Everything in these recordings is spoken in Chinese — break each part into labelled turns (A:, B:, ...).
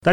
A: 大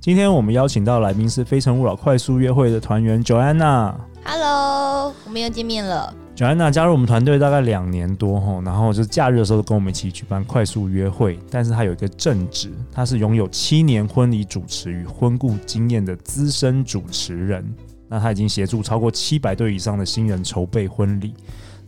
A: 今天我们邀请到来宾是非诚勿扰快速约会的团员 Joanna。
B: Hello，我们又见面了。
A: Joanna 加入我们团队大概两年多吼，然后就是假日的时候跟我们一起举办快速约会，但是她有一个正职，她是拥有七年婚礼主持与婚顾经验的资深主持人。那她已经协助超过七百对以上的新人筹备婚礼。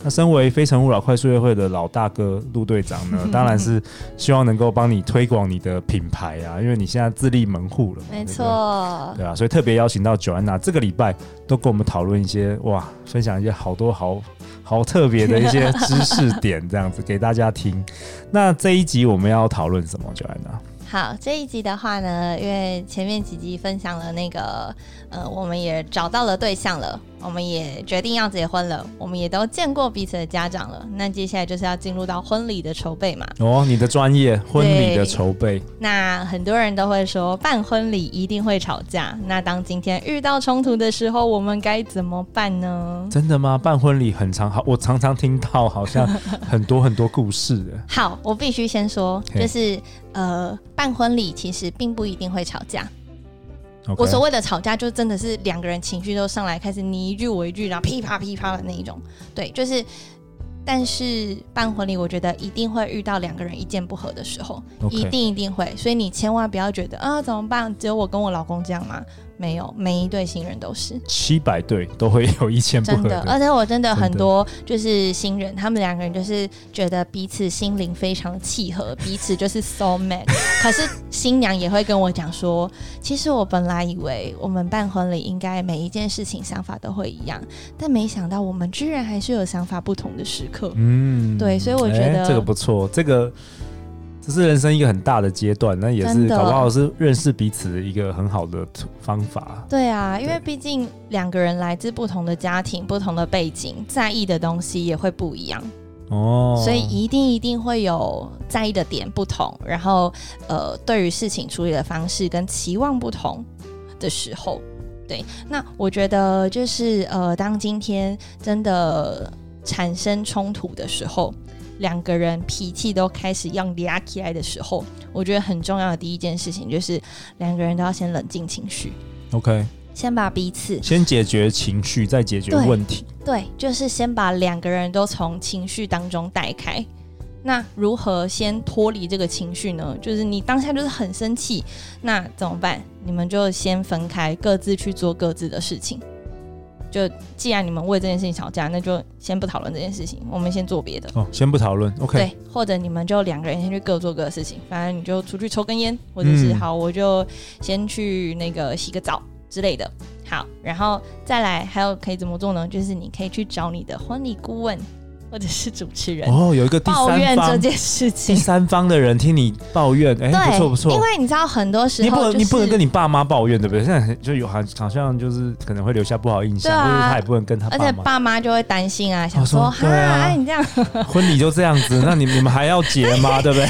A: 那身为非诚勿扰快速约会的老大哥陆队长呢，当然是希望能够帮你推广你的品牌啊，因为你现在自立门户了嘛，
B: 没
A: 对不对
B: 错，
A: 对啊，所以特别邀请到 Joanna 这个礼拜都跟我们讨论一些哇，分享一些好多好好特别的一些知识点，这样子给大家听。 那这一集我们要讨论什么，Joanna？
B: 好，这一集的话呢，因为前面几集分享了那个，呃，我们也找到了对象了，我们也决定要结婚了，我们也都见过彼此的家长了。那接下来就是要进入到婚礼的筹备嘛。
A: 哦，你的专业婚礼的筹备，
B: 嗯那很多人都会说，办婚礼一定会吵架。那当今天遇到冲突的时候，我们该怎么办呢？
A: 真的吗？办婚礼很常好，我常常听到好像很多很多故事的。
B: 好，我必须先说，
A: 嘿
B: 就是呃，办婚礼其实并不一定会吵架。
A: OK，
B: 我所谓的吵架，就真的是两个人情绪都上来，开始你一句我一句，然后噼啪噼啪的那一种。对，就是，但是办婚礼，我觉得一定会遇到两个人意见不合的时候
A: OK
B: 一定一定会。所以你千万不要觉得啊，怎么办？只有我跟我老公这样吗？没有，每一对新人都是。
A: 七百对都会有意见不
B: 真
A: 合
B: 的，而
A: 的。
B: 且我真的
A: 真的
B: 很多就是新人，他们两个人就是觉得彼此心灵非常契合，彼此就是 soul mate。可 是新娘也会跟我讲说，其实我本来以为我们办婚礼应该每一件事情想法都会一样，但没想到我们居然还是有想法不同的时刻。
A: 嗯
B: 对所以我觉
A: 哎
B: 得
A: 这个不错，这个这是人生一个很大的阶段，那也是
B: 真的
A: 搞不好是认识彼此的一个很好的途方法。
B: 对啊，因为
A: 对
B: 毕竟两个人来自不同的家庭、不同的背景，在意的东西也会不一样。
A: 哦，
B: 所以一定一定会有在意的点不同，然后呃，对于事情处理的方式跟期望不同的时候，对，那我觉得就是呃，当今天真的产生冲突的时候。两个人脾气都开始要嗲起来的时候，我觉得很重要的第一件事情就是两个人都要先冷静情绪，
A: OK，
B: 先把彼此
A: 先解决情绪，再解决
B: 对
A: 问题。
B: 对，就是先把两个人都从情绪当中带开。那如何先脱离这个情绪呢？就是你当下就是很生气，那怎么办？你们就先分开，各自去做各自的事情。就既然你们为这件事情吵架，那就先不讨论这件事情，我们先做别的。
A: 哦，先不讨论。OK，
B: 对，或者你们就两个人先去各做各的事情，反正你就出去抽根烟，或者是、
A: 嗯
B: 好，我就先去那个洗个澡之类的。好，然后再来还有可以怎么做呢？就是你可以去找你的婚礼顾问或者是主持人、
A: 哦，有一个第
B: 抱
A: 三
B: 怨这
A: 方，
B: 件事
A: 第
B: 情。
A: 三方的人听你抱怨，哎、
B: 对，
A: 不错不错
B: 因。为你知道很多时
A: 你不
B: 候、
A: 能、
B: 就是、
A: 你不能跟你爸妈抱怨，对不对？现在很就有好好像就是可能会留下不好印象，
B: 对啊
A: 就是他也不能跟他
B: 而且
A: 爸妈。
B: 爸妈就会担心啊，想
A: 说
B: 说哈、
A: 对啊
B: 哎你这样
A: 婚礼就这样子，那你你们还要结吗？对不 对？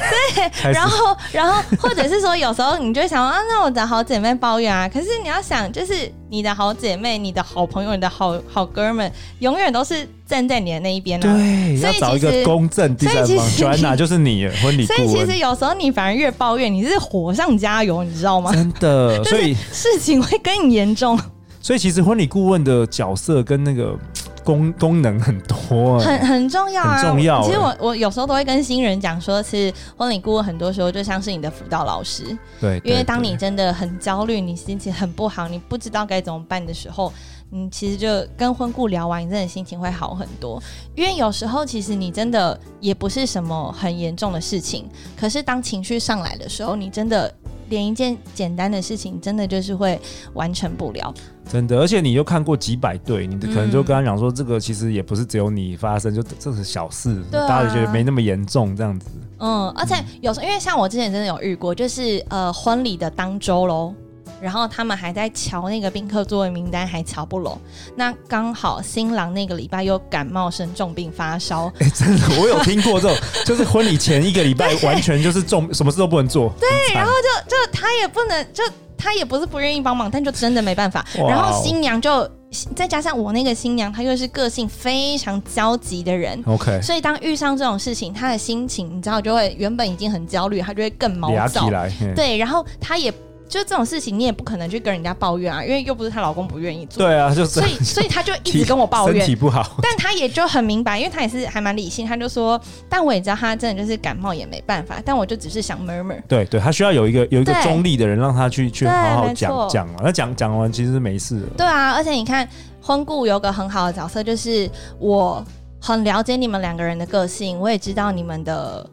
A: 开始
B: 然后，然后，或者是说，有时候你就会想啊，那我的好姐妹抱怨啊。可是你要想，就是你的好姐妹、你的好朋友、你的好好哥们，永远都是站在你的那一边啊。
A: 对，
B: 所
A: 要
B: 以
A: 找一
B: 其
A: 个
B: 实
A: 公正第三
B: 所以
A: 方
B: 其实
A: ，Joanna 就是你婚礼
B: 所以
A: 顾
B: 其
A: 问
B: 实，有时候你反而越抱怨，你是火上加油，你知道吗？
A: 真的。所以
B: 事情会更严重，
A: 所以其实婚礼顾问的角色跟那个功功能很多、哎
B: 很很重要啊。
A: 很重要
B: 其实
A: 欸
B: 我我有时候都会跟新人讲说，其实婚礼顾问很多时候就像是你的辅导老师，
A: 对，
B: 因为
A: 对
B: 当
A: 对
B: 你真的很焦虑，你心情很不好，你不知道该怎么办的时候，你其实就跟婚顾聊完，你真的心情会好很多。因为有时候其实你真的也不是什么很严重的事情，可是当情绪上来的时候，你真的连一件简单的事情，真的就是会完成不了。
A: 真的，而且你又看过几百对，你的可能
B: 嗯
A: 就跟他讲说，这个其实也不是只有你发生，就这是小事，
B: 对啊
A: 大家就觉得没那么严重这样子。
B: 嗯，而且有时候因为像我之前真的有遇过，就是呃婚礼的当周喽，然后他们还在瞧那个宾客座位名单，还瞧不拢。那刚好新郎那个礼拜又感冒生重病发烧，
A: 哎、真的，我有听过这种，就是婚礼前一个礼拜完全就是重，什么事都不能做。对，然后
B: 就他也不能，就他也不是不愿意帮忙，但就真的没办法。
A: 哇哦
B: 然后新娘就再加上我那个新娘，她又是个性非常焦急的人。
A: OK，
B: 所以当遇上这种事情，她的心情你知道就会原本已经很焦虑，她就会更毛
A: 俩
B: 躁
A: 起。来，嘿
B: 对，然后她也就这种事情，你也不可能去跟人家抱怨啊，因为又不是她老公不愿意做，
A: 对啊，就是
B: 所以所以她就一直跟我抱怨
A: 身体。不好。
B: 但她也就很明白，因为她也是还蛮理性，她就说，但我也知道她真的就是感冒也没办法，但我就只是想 murmur。
A: 对对，他需要有一个有一个
B: 对
A: 中立的人，让他去去
B: 对
A: 好好
B: 没
A: 讲
B: 错
A: 讲嘛。那讲讲完其实没事了。
B: 对啊，而且你看，婚顾有个很好的角色，就是我很了解你们两个人的个性，我也知道你们的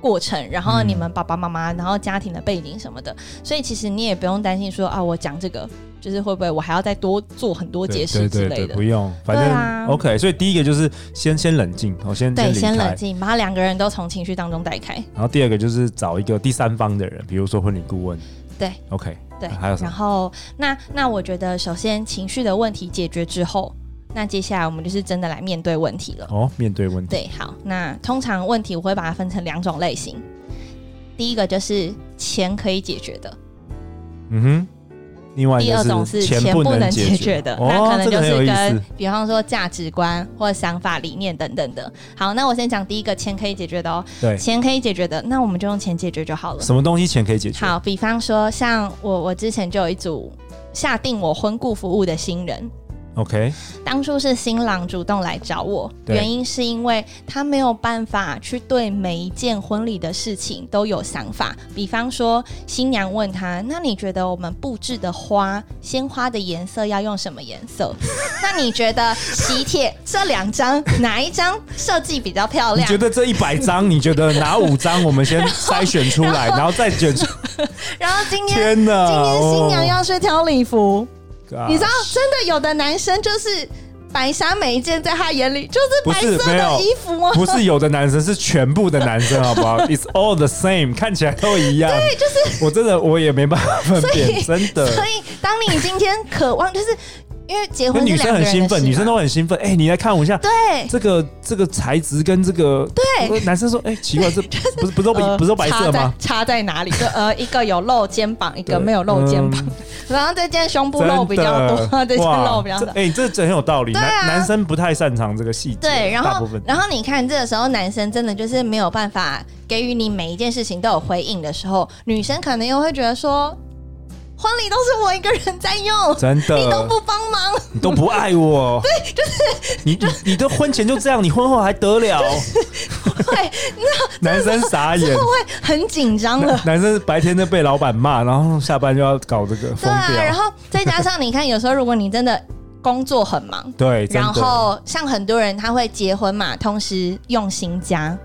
B: 过程，然后
A: 嗯
B: 你们爸爸妈妈，然后家庭的背景什么的，所以其实你也不用担心说啊，我讲这个就是会不会我还要再多做很多解
A: 对
B: 释
A: 对
B: 之
A: 对
B: 类
A: 对，
B: 的
A: 不。用，反正、
B: 对啊
A: OK。所以第一个就是先先冷静，我、先
B: 对，
A: 离开
B: 先冷静，把两个人都从情绪当中带开。
A: 然后第二个就是找一个第三方的人，比如说婚礼顾问。
B: 对
A: ，OK，
B: 对，
A: 还有什么
B: 然后那那我觉得，首先情绪的问题解决之后，那接下来我们就是真的来面对问题了。
A: 哦，面对问题，
B: 对，好，那通常问题我会把它分成两种类型，第一个就是钱可以解决的，
A: 嗯哼。另外一
B: 第二
A: 个
B: 种
A: 哦是
B: 是钱
A: 不
B: 不能
A: 解
B: 解决的，那
A: 哦
B: 可，能
A: 这个
B: 就
A: 很有
B: 是
A: 意
B: 跟
A: 思。
B: 比方说价值观或想法、理念等等的。好，那我先讲第一个钱可以解决的哦，
A: 对，
B: 钱可以解决的，那我们就用钱解决就好了。
A: 什么东西钱可以解决？
B: 好，比方说像我，我之前就有一组下定我婚顾服务的新人，
A: ，OK，
B: 当初是新郎主动来找我，
A: 对
B: 原因是因为他没有办法去对每一件婚礼的事情都有想法。比方说，新娘问他：“那你觉得我们布置的花，鲜花的颜色要用什么颜 色？那你觉得喜帖这两张哪一张设计比较漂
A: 你
B: 亮？”
A: 觉得这一百张，你觉得哪五张我们先筛选出 来，然后再选出？
B: 然后今天。
A: 天哪！
B: 今天新娘要去挑礼服，
A: 哦
B: 你知道，真的有的男生就是白纱，每一件在他眼里就是
A: 不
B: 白
A: 是
B: 色
A: 没有
B: 的衣服啊。
A: 不是有的男生，是全部的男生，好不 好？It's all the same，看起来都一样。对，就是我真的我也没办法分辨，真
B: 所
A: 的。
B: 以，当你今天渴望，就是因为结
A: 那
B: 婚是
A: 女生
B: 两个
A: 很
B: 人
A: 兴
B: 的事
A: 奋，
B: 嘛
A: 女生都很兴奋。哎、你来看我一下，
B: 对
A: 这个这个材质跟这个
B: 对。
A: 男生说，哎、奇 怪，这不是不是都、
B: 呃
A: 不是都白色吗？
B: 差在差在 哪里？就呃，一个有露肩膀，一个
A: 对
B: 没有露肩膀
A: 嗯，
B: 然后这件胸部
A: 真
B: 露
A: 的
B: 比较多， 这件露
A: 哇，
B: 比较
A: 这
B: 少。
A: 哎、这这很有道理。
B: 对啊
A: 男男生不太擅长这个细节，
B: 对，然
A: 大部
B: 后
A: 分
B: 然后你看，这个时候男生真的就是没有办法给予你每一件事情都有回应的时候，女生可能又会觉得说，婚礼都是我一个人在用，
A: 真的
B: 你都 不帮 忙，
A: 你都不爱我，对，就是你你你都婚前就这样，你婚后还得了？
B: 对，
A: 男生傻眼，
B: 会很紧张了
A: 男。男生白天就被老板骂，然后下班就要搞这个
B: 对
A: 疯
B: 啊，然
A: 掉，
B: 后再加上你看，有时候如果你真的 工作很忙，
A: 对，欸真
B: 然
A: 的
B: 后像很多人他会结婚嘛，同时用新家，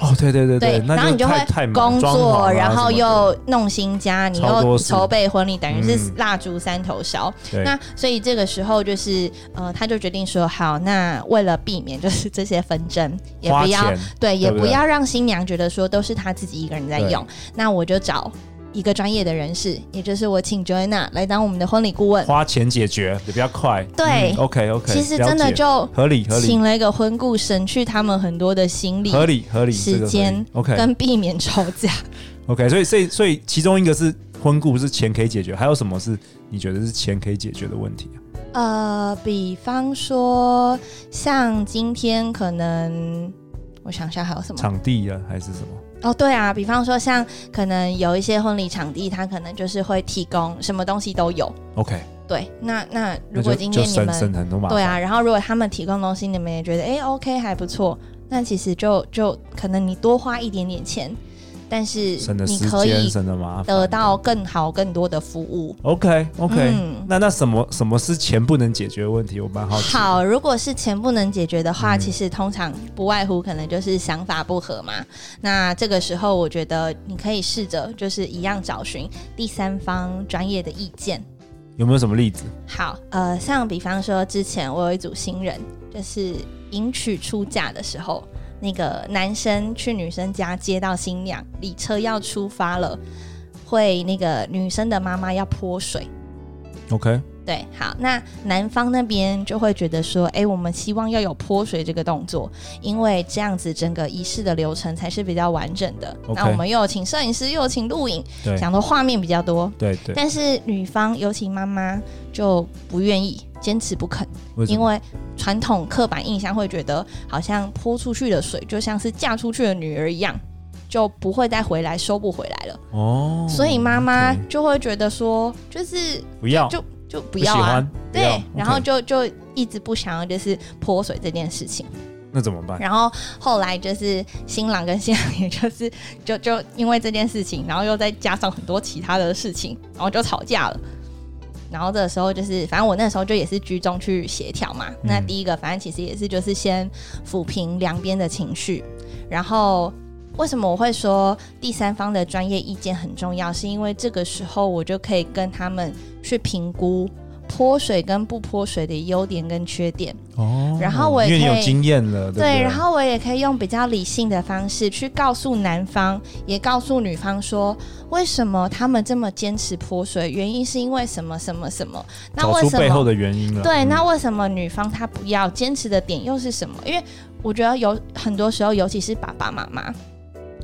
A: 哦，对对对
B: 对，然
A: 那
B: 后你就
A: 太
B: 会
A: 太忙
B: 工
A: 装潢
B: 作，
A: 啊
B: 然后
A: 什么
B: 又弄新家，你
A: 超多
B: 又
A: 事
B: 筹备婚礼，等于是
A: 嗯
B: 蜡烛三头烧。
A: 的对
B: 那所以这个时候就是呃，他就决定说，好，那为了避免就是这些纷争，也
A: 花
B: 不要
A: 钱
B: 对，也
A: 对不
B: 不
A: 对
B: 要让新娘觉得说都是她自己一个人在
A: 对
B: 用。那我就找一个专业的人士，也就是我请 Joanna 来当我们的婚礼顾问。
A: 花钱解决也比较快，嗯
B: 对
A: OK OK，
B: 其实真的就
A: 合理合理
B: 请了一个婚顾，省去他们很多的心力
A: 合理合理这
B: 时
A: 个合理
B: 间
A: OK
B: 跟避免吵架。
A: OK，所以所以所以其中一个是婚故是钱可以解决，还有什么是你觉得是钱可以解决的问题啊？
B: 呃，比方说像今天可能。我想一下还有什么
A: 场地啊还是什么？
B: 哦，对啊，比方说像可能有一些婚礼场地，它可能就是会提供什么东西都有。
A: OK，
B: 对，那那
A: 那
B: 如
A: 就
B: 果今
A: 就
B: 天你
A: 省
B: 们
A: 省很多麻烦。
B: 对啊，然后如果他们提供东西，你们也觉得哎、OK 还不错，那其实就就可能你多花一点点钱，但是
A: 省的
B: 你
A: 时
B: 可
A: 间，
B: 以
A: 省的麻烦，
B: 得到更好更多的服务。
A: OK OK、
B: 嗯
A: 那那什么什么是钱不能解决的问题？我蛮好奇。
B: 好，如果是钱不能解决的话，
A: 嗯
B: 其实通常不外乎可能就是想法不合嘛。那这个时候，我觉得你可以试着就是一样找寻第三方专业的意见。
A: 有没有什么例子？
B: 好，呃，像比方说之前我有一组新人，就是迎娶出嫁的时候，那个男生去女生家接到新娘，礼车要出发了。会那个女生的妈妈要泼水。
A: OK，
B: 对，好，那男方那边就会觉得说，哎、我们希望要有泼水这个动作，因为这样子整个仪式的流程才是比较完整的。
A: OK
B: 那我们又有请摄影师，又有请录影，
A: 对
B: 讲的画面比较多。
A: 对对，
B: 但是女方，尤其妈妈就不愿意，坚持不肯，
A: 为什
B: 因
A: 么？
B: 为传统刻板印象会觉得，好像泼出去的水就像是嫁出去的女儿一样，就不会再回来，收不回来了。
A: 哦，
B: 所以妈妈
A: OK
B: 就会觉得说，就是
A: 不要
B: 就就
A: 不
B: 不要
A: 喜
B: 啊，
A: 欢，不要
B: 对
A: OK，
B: 然后就就一直不想要就是泼水这件事情。
A: 那怎么办？
B: 然后后来就是新郎跟新娘，也就是就就因为这件事情，然后又再加上很多其他的事情，然后就吵架了。然后这时候就是，反正我那时候就也是居中去协调嘛。
A: 嗯
B: 那第一个，反正其实也是就是先抚平两边的情绪，然后。为什么我会说第三方的专业意见很重要？是因为这个时候我就可以跟他们去评估泼水跟不泼水的优点跟缺点，
A: 哦
B: 然后我也
A: 因为你
B: 可
A: 有
B: 以
A: 经验了，对不
B: 对，然后我也可以用比较理性的方式去告诉男方，也告诉女方说，为什么他们这么坚持泼水，原因是因为什么什么什么？那
A: 找
B: 为
A: 出
B: 什
A: 背后
B: 么？
A: 的原因了。
B: 对，
A: 嗯
B: 那为什么女方她不要坚持的点又是什么？因为我觉得有很多时候，尤其是爸爸妈妈，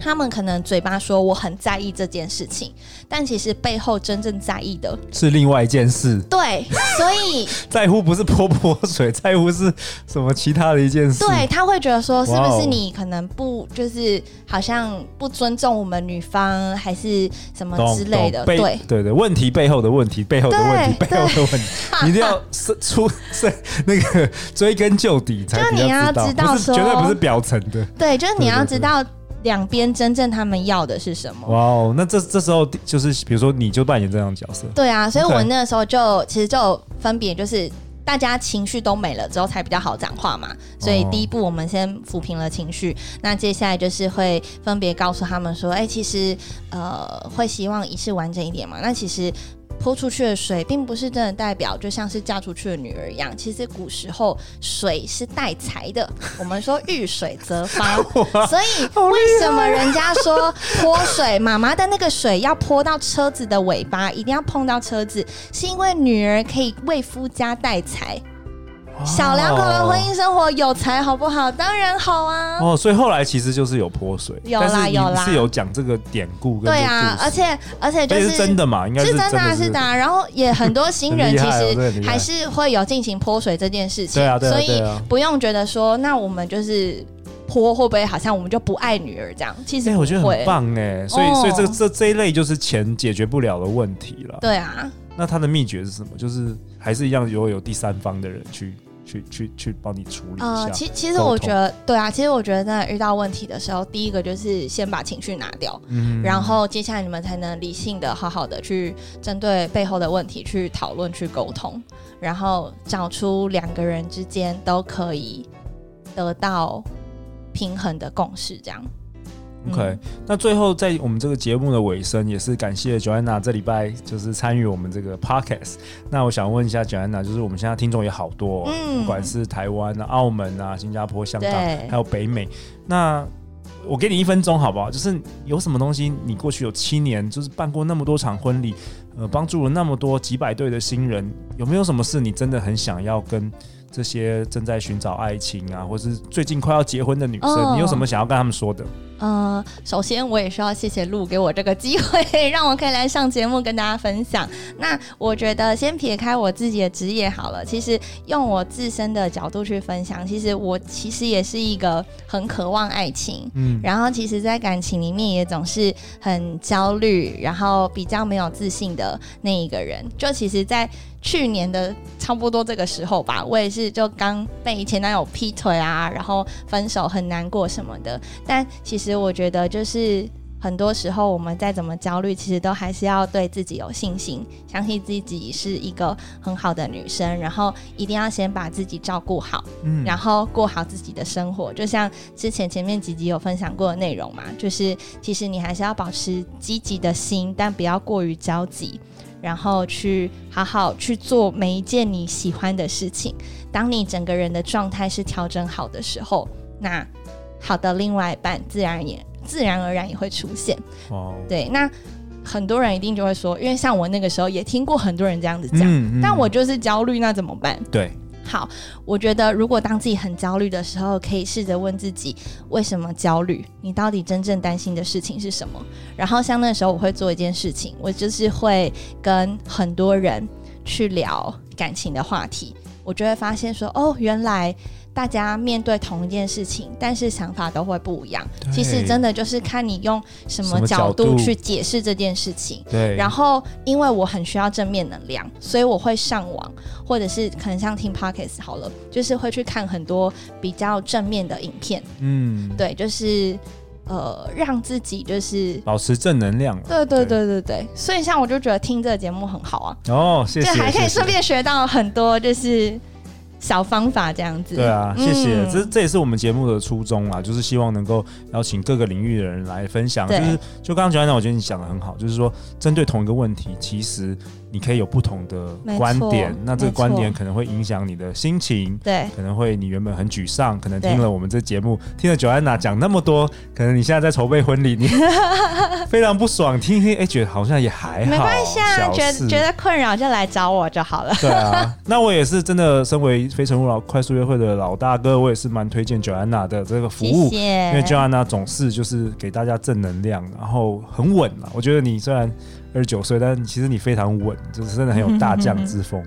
B: 他们可能嘴巴说我很在意这件事情，但其实背后真正在意的，
A: 是另外一件事，
B: 对，所以
A: 在乎不是泼泼水， 在乎是什么其他的一件事。
B: 对，他会觉得说，是
A: 哇
B: 不
A: 哦
B: 是你可能不就是好像不尊重我们女方，还是什么
A: 懂
B: 之类
A: 懂
B: 的？
A: 背
B: 对，
A: 对对，问题背后的问题，背后的问题，
B: 对
A: 背后的问题，你一定要是出 是那个追根究底才
B: 就
A: 比
B: 你要
A: 较
B: 知
A: 知道，
B: 道
A: 不是
B: 说
A: 绝对不是表层的。
B: 对，就是你
A: 对
B: 要
A: 对
B: 知
A: 对
B: 道两边真正他们要的是什么。
A: 哇哦，那这这时候就是比如说你就扮演这样的角色，
B: 对啊，所以我
A: OK
B: 那时候就其实就有分别就是。大家情绪都没了之后，才比较好讲话嘛。所以
A: 哦
B: 第一步，我们先抚平了情绪。那接下来就是会分别告诉他们说：“哎、其实呃，会希望仪式完整一点嘛。那其实泼出去的水，并不是真的代表就像是嫁出去的女儿一样。其实古时候水是带财的，我们说遇水则发。所以为什么人家说泼水，妈妈的那个水要泼到车子的尾巴，一定要碰到车子，是因为女儿可以为夫家带财。
A: 哦
B: 小两口的婚姻生活有财好不好？当然好啊。
A: 哦，所以后来其实就是有泼水，
B: 有啦
A: 但是你
B: 有啦
A: 是有讲这个典故跟这个
B: 对啊，
A: 故
B: 而
A: 事
B: 且而且就
A: 而且
B: 是
A: 是真的嘛，应该
B: 是
A: 真
B: 真的啊，
A: 的
B: 是的啊。然后也很多新人
A: 很厉
B: 其
A: 害哦这很
B: 实
A: 厉害
B: 还是会有进行泼水这件事情，
A: 对啊对啊
B: 所
A: 对
B: 以
A: 啊。
B: 不用觉得说那我们就是泼会不会好像我们就不爱女儿这样？其实
A: 哎、
B: 不会、
A: 我觉得很棒哎，所以、所以这
B: 哦
A: 这这一类就是钱解决不了的问题了。
B: 对啊，
A: 那它的秘诀是什么？就是还是一样，如果有第三方的人去去去去帮你处理一下。
B: 呃，其其实
A: 沟
B: 我
A: 通
B: 觉得，对啊，其实我觉得，真的遇到问题的时候，第一个就是先把情绪拿掉，
A: 嗯
B: 然后接下来你们才能理性的、好好的去针对背后的问题去讨论、去沟通，然后找出两个人之间都可以得到平衡的共识，这样。嗯
A: OK，、那最后在我们这个节目的尾声，也是感谢 Joanna 这礼拜就是参与我们这个 Podcast。那我想问一下 Joanna，就是我们现在听众也好多、哦，
B: 嗯
A: 不管是台湾啊、澳门啊、新加坡、香港，
B: 对
A: 还有北美。那我给你一分钟好不好？就是有什么东西，你过去有七年，就是办过那么多场婚礼，呃，帮助了那么多几百对的新人，有没有什么事你真的很想要跟这些正在寻找爱情啊，或是最近快要结婚的女生，
B: 哦
A: 你有什么想要跟他们说的？
B: 嗯，首先我也是要谢谢鹿给我这个机会， 让我可以来上节目跟大家分享。那我觉得先撇开我自己的职业好了，其实用我自身的角度去分享，其实我其实也是一个很渴望爱情。
A: 嗯，
B: 然后，其实，在感情里面也总是很焦虑，然后比较没有自信的那一个人。就其实，在去年的差不多这个时候吧，我也是就刚被前男友劈腿啊，然后分手很难过什么的。但其实我觉得，就是很多时候我们再怎么焦虑，其实都还是要对自己有信心，相信自己是一个很好的女生，然后一定要先把自己照顾好。
A: 嗯
B: 然后过好自己的生活。就像之前前面几集有分享过的内容嘛，就是其实你还是要保持积极的心，但不要过于焦急。然后去好好去做每一件你喜欢的事情。当你整个人的状态是调整好的时候，那好的另外一半自然也自然而然也会出现。
A: 哦，
B: 对，那很多人一定就会说，因为像我那个时候也听过很多人这样子讲，
A: 嗯嗯
B: 但我就是焦虑，那怎么办？
A: 对，
B: 好，我觉得如果当自己很焦虑的时候，可以试着问自己为什么焦虑，你到底真正担心的事情是什么？然后像那时候我会做一件事情，我就是会跟很多人去聊感情的话题，我就会发现说，哦，原来大家面对同一件事情，但是想法都会不一样。其实真
A: 的
B: 的就是看你用什
A: 什
B: 么
A: 么角
B: 角
A: 度
B: 度去解释这件事情。
A: 对，
B: 然
A: 后
B: 后，因为我很需要正面能量，所以我会上网，或者是可能像听 podcast 好了，就是会去看很多比较正面的影片，
A: 嗯，
B: 对，就是呃，让自己就是，
A: 保持正能量啊了。
B: 对对对对对，所以像我就觉得听这个节目很好啊，
A: 哦，谢
B: 就
A: 谢，
B: 还可以
A: 谢谢
B: 顺便学到很多就是小方法这样子，
A: 对啊，谢谢，
B: 嗯
A: 这这也是我们节目的初衷啦，就是希望能够邀请各个领域的人来分享。就
B: 对
A: 是就刚刚讲讲，我觉得你讲的很好，就是说针对同一个问题，其实你可以有不同的
B: 没
A: 观
B: 错
A: 点，那这个
B: 没
A: 观
B: 错
A: 点可能会影响你的心情。
B: 对
A: 可能会你原本很沮丧，可能
B: 对
A: 听了我们这节目，听了 Joanna 讲那么多，可能你现在在筹备婚礼，你 非常不爽，听一听，哎、觉得好像也还好，
B: 没关系啊，
A: 小
B: 觉
A: 事
B: 得觉得困扰就来找我就好了。
A: 对啊，那我也是真的，身为非诚勿扰快速约会的老大哥，我也是蛮推荐 Joanna 的这个服务，嗯
B: 谢
A: 因为
B: 谢，
A: Joanna 总是就是给大家正能量，然后很稳啊啦。我觉得你虽然二十九岁，但其实你非常稳，就是真的很有大将之风。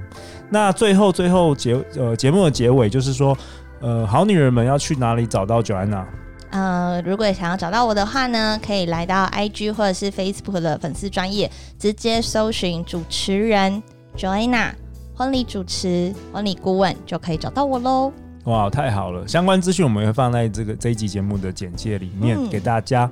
A: 那最后最后结呃节目的结尾就是说，呃，好女人们要去哪里找到 Joanna？
B: 呃，如果想要找到我的话呢，可以来到 IG 或者是 Facebook 的粉丝专业，直接搜寻主持人 Joanna 婚礼主持、婚礼顾问就可以找到我喽。
A: 哇，太好了！相关资讯我们会放在这个这一集节目的简介里面、
B: 嗯
A: 给大家。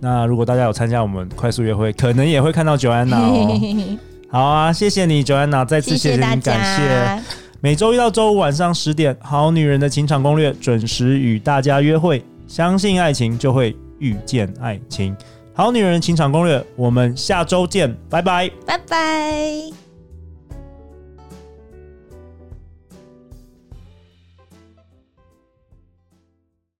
A: 那如果大家有参加我们快速约会，可能也会看到 Joanna 哦。好啊，谢谢你，Joanna，再次
B: 谢
A: 谢
B: 谢
A: 谢
B: 大
A: 你，感谢。
B: 家，
A: 每周一到周五晚上十点，《好女人的情场攻略》准时与大家约会。相信爱情，就会遇见爱情。《好女人的情场攻略》，我们下周见，拜拜。
B: 拜拜。